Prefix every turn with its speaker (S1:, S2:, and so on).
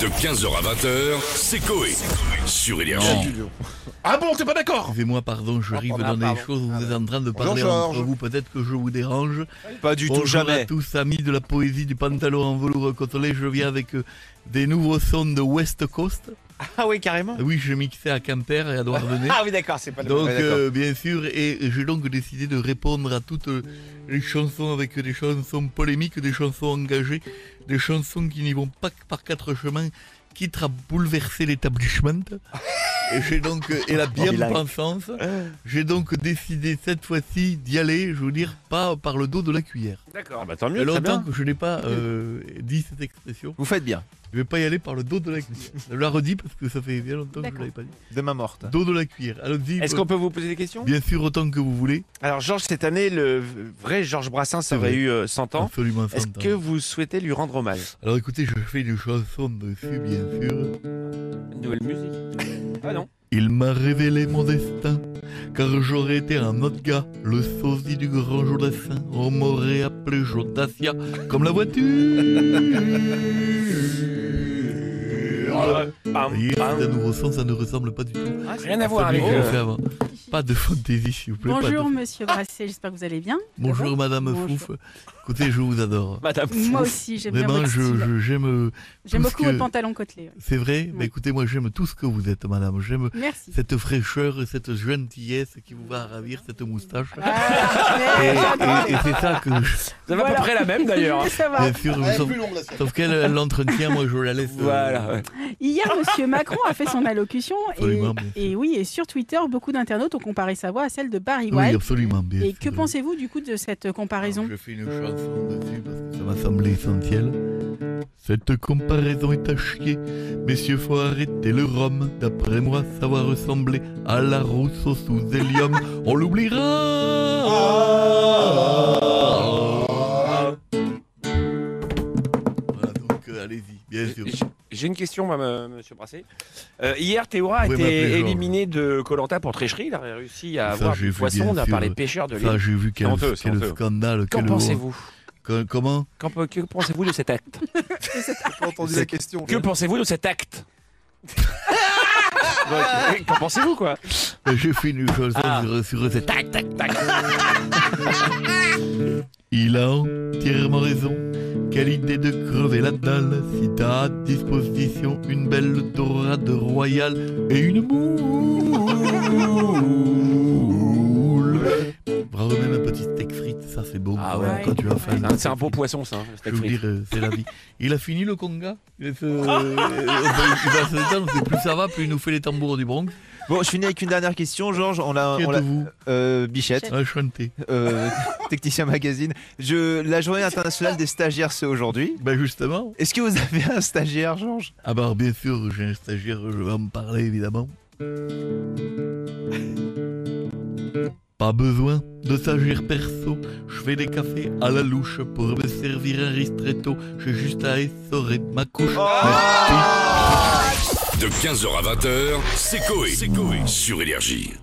S1: De 15h à 20h, c'est Coé. Sur
S2: Non.
S1: Énergie.
S3: Ah bon, t'es pas d'accord
S2: Excusez-moi, pardon,
S4: Ah,
S2: je rive dans des choses où vous êtes en train de parler entre
S3: Georges.
S2: vous. Peut-être que je vous dérange.
S4: Pas du
S2: Bonjour
S4: tout,
S2: à
S4: jamais.
S2: tous, amis de la poésie du pantalon en velours côtelé. Je viens avec euh, des nouveaux sons de West Coast.
S4: Ah oui, carrément.
S2: Oui, je mixais à Quimper et à Douarnenez.
S4: Ah oui, d'accord, c'est pas le
S2: Donc,
S4: Ouais, d'accord.
S2: euh, bien sûr, et j'ai donc décidé de répondre à toutes les chansons avec des chansons polémiques, des chansons engagées, des chansons qui n'y vont pas que par quatre chemins, quitte à bouleverser l'établissement. Et j'ai donc, euh, et la bien-pensance, j'ai donc décidé cette fois-ci d'y aller, je veux dire, pas par le dos de la cuillère.
S4: Ah bah, tant
S2: Il y
S4: mieux,
S2: a
S4: très
S2: longtemps
S4: bien.
S2: que je n'ai pas euh, dit cette expression,
S4: Vous faites bien.
S2: je vais pas y aller par le dos de la cuillère. Je la redis parce que ça fait bien longtemps que je ne l'avais pas dit.
S4: De ma morte.
S2: Dos de la cuillère. Allons-y,
S4: Est-ce
S2: euh,
S4: qu'on peut vous poser des questions
S2: bien sûr, autant que vous voulez.
S4: Alors, Georges, cette année, le vrai Georges Brassens
S2: C'est
S4: aurait
S2: vrai.
S4: eu euh, 100 ans.
S2: Absolument
S4: Est-ce
S2: fantôme.
S4: que vous souhaitez lui rendre hommage
S2: Alors écoutez, je fais une chanson dessus, bien sûr.
S4: Nouvelle musique. ah non.
S2: Il m'a révélé mon destin, car j'aurais été un autre gars, le sosie du grand Jodassin. On m'aurait appelé Jodassia, comme la
S4: Euh,
S2: voiture.
S4: Pam,
S2: Voyez, c'est
S4: pam.
S2: un nouveau son, ça ne ressemble pas du tout
S4: Ah, c'est-
S3: Rien à voir
S2: à celui
S3: avec
S2: qu'on
S4: euh,
S2: a fait avant. Pas de fantaisie, s'il vous plaît. pas de-
S5: Oh. Bonjour Monsieur Brasset, j'espère que vous allez bien.
S2: Bonjour, Madame
S5: Bonjour.
S2: Fouf. Écoutez, je vous adore.
S4: Oh, Madame.
S5: Moi aussi, j'aime bien
S2: Vraiment,
S5: votre
S2: je-
S5: style.
S2: je- j'aime. euh,
S5: J'aime
S2: tout ce
S5: beaucoup
S2: que-
S5: votre pantalon côtelé. ouais.
S2: C'est vrai Bah,
S5: Oui.
S2: écoutez, moi j'aime tout ce que vous êtes, madame. J'aime
S5: Merci.
S2: cette fraîcheur, cette gentillesse qui vous va ravir cette moustache. Et,
S5: Ah,
S2: et- et c'est ça que,
S4: Vous avez à peu près la même d'ailleurs. hein.
S5: Ça va.
S2: bien sûr, sauf, sauf qu'elle elle l'entretient, moi je la laisse. euh,
S4: Voilà. ouais.
S5: Hier, Monsieur Macron a fait son allocution et,
S2: Absolument, bien sûr.
S5: et oui, et sur Twitter, beaucoup d'internautes ont comparé sa voix à celle de Barry
S2: Oui,
S5: White.
S2: absolument, bien
S5: et
S2: sûr.
S5: que pensez-vous du coup de cette comparaison
S2: Je fais une chanson dessus parce que ça m'a semblé essentiel. Cette comparaison est à chier. Messieurs, faut arrêter le rhum. D'après moi, ça va ressembler à la Rousseau sous hélium. On l'oubliera Voilà, donc euh, allez-y, bien sûr.
S4: J- J'ai une question, ma- ma- monsieur Brassé. Euh, hier, Théora a
S2: Vous
S4: été
S2: pouvez m'appeler Georges.
S4: éliminé de Colanta pour tricherie. Il a réussi à
S2: Ça,
S4: avoir
S2: j'ai
S4: du
S2: vu,
S4: poisson.
S2: bien
S4: On a
S2: sûr.
S4: parlé pêcheurs de
S2: Ça,
S4: l'île.
S2: j'ai vu quel,
S4: honteux, c'est
S2: quel
S4: honteux.
S2: scandale.
S4: Qu'en
S2: quel-
S4: pensez-vous
S2: Co- Comment
S4: Qu'en pe- Que pensez-vous de cet acte
S3: J'ai entendu
S4: la
S3: question.
S4: Que pensez-vous de cet acte Ouais, Qu'en pensez-vous quoi
S2: Euh, J'ai fait une chanson
S4: Ah.
S2: sur, sur cet
S4: Tac tac tac.
S2: Il a entièrement raison. Quelle idée de crever la dalle si t'as à disposition une belle dorade royale et une moule. Bravo, même un petit steak frites, ça c'est beau.
S4: Ah ouais.
S2: quand tu as faim.
S4: Ah, C'est un beau poisson ça. le
S2: Je
S4: steak
S2: vais vous
S4: frit.
S2: dire, euh, c'est la vie. Il a fini le conga. Il, est, euh, euh, il va se détendre, parce que plus ça va, plus il nous fait les tambours du Bronx.
S6: Bon, je finis avec une dernière question, Georges. On l'a,
S2: Qui
S6: on l'a-
S2: êtes-vous
S6: euh, Bichette,
S2: Enchanté.
S6: euh, technicien magazine. Je, la journée internationale des stagiaires, c'est aujourd'hui.
S2: Ben justement.
S6: Est-ce que vous avez un stagiaire, Georges
S2: Ah bah bien sûr, j'ai un stagiaire, je vais en parler évidemment. Pas besoin de stagiaire perso, je fais des cafés à la louche pour me servir un ristretto, j'ai juste à essorer ma couche. Merci.
S1: De 15h à 20h, c'est Coé. Sur Énergie.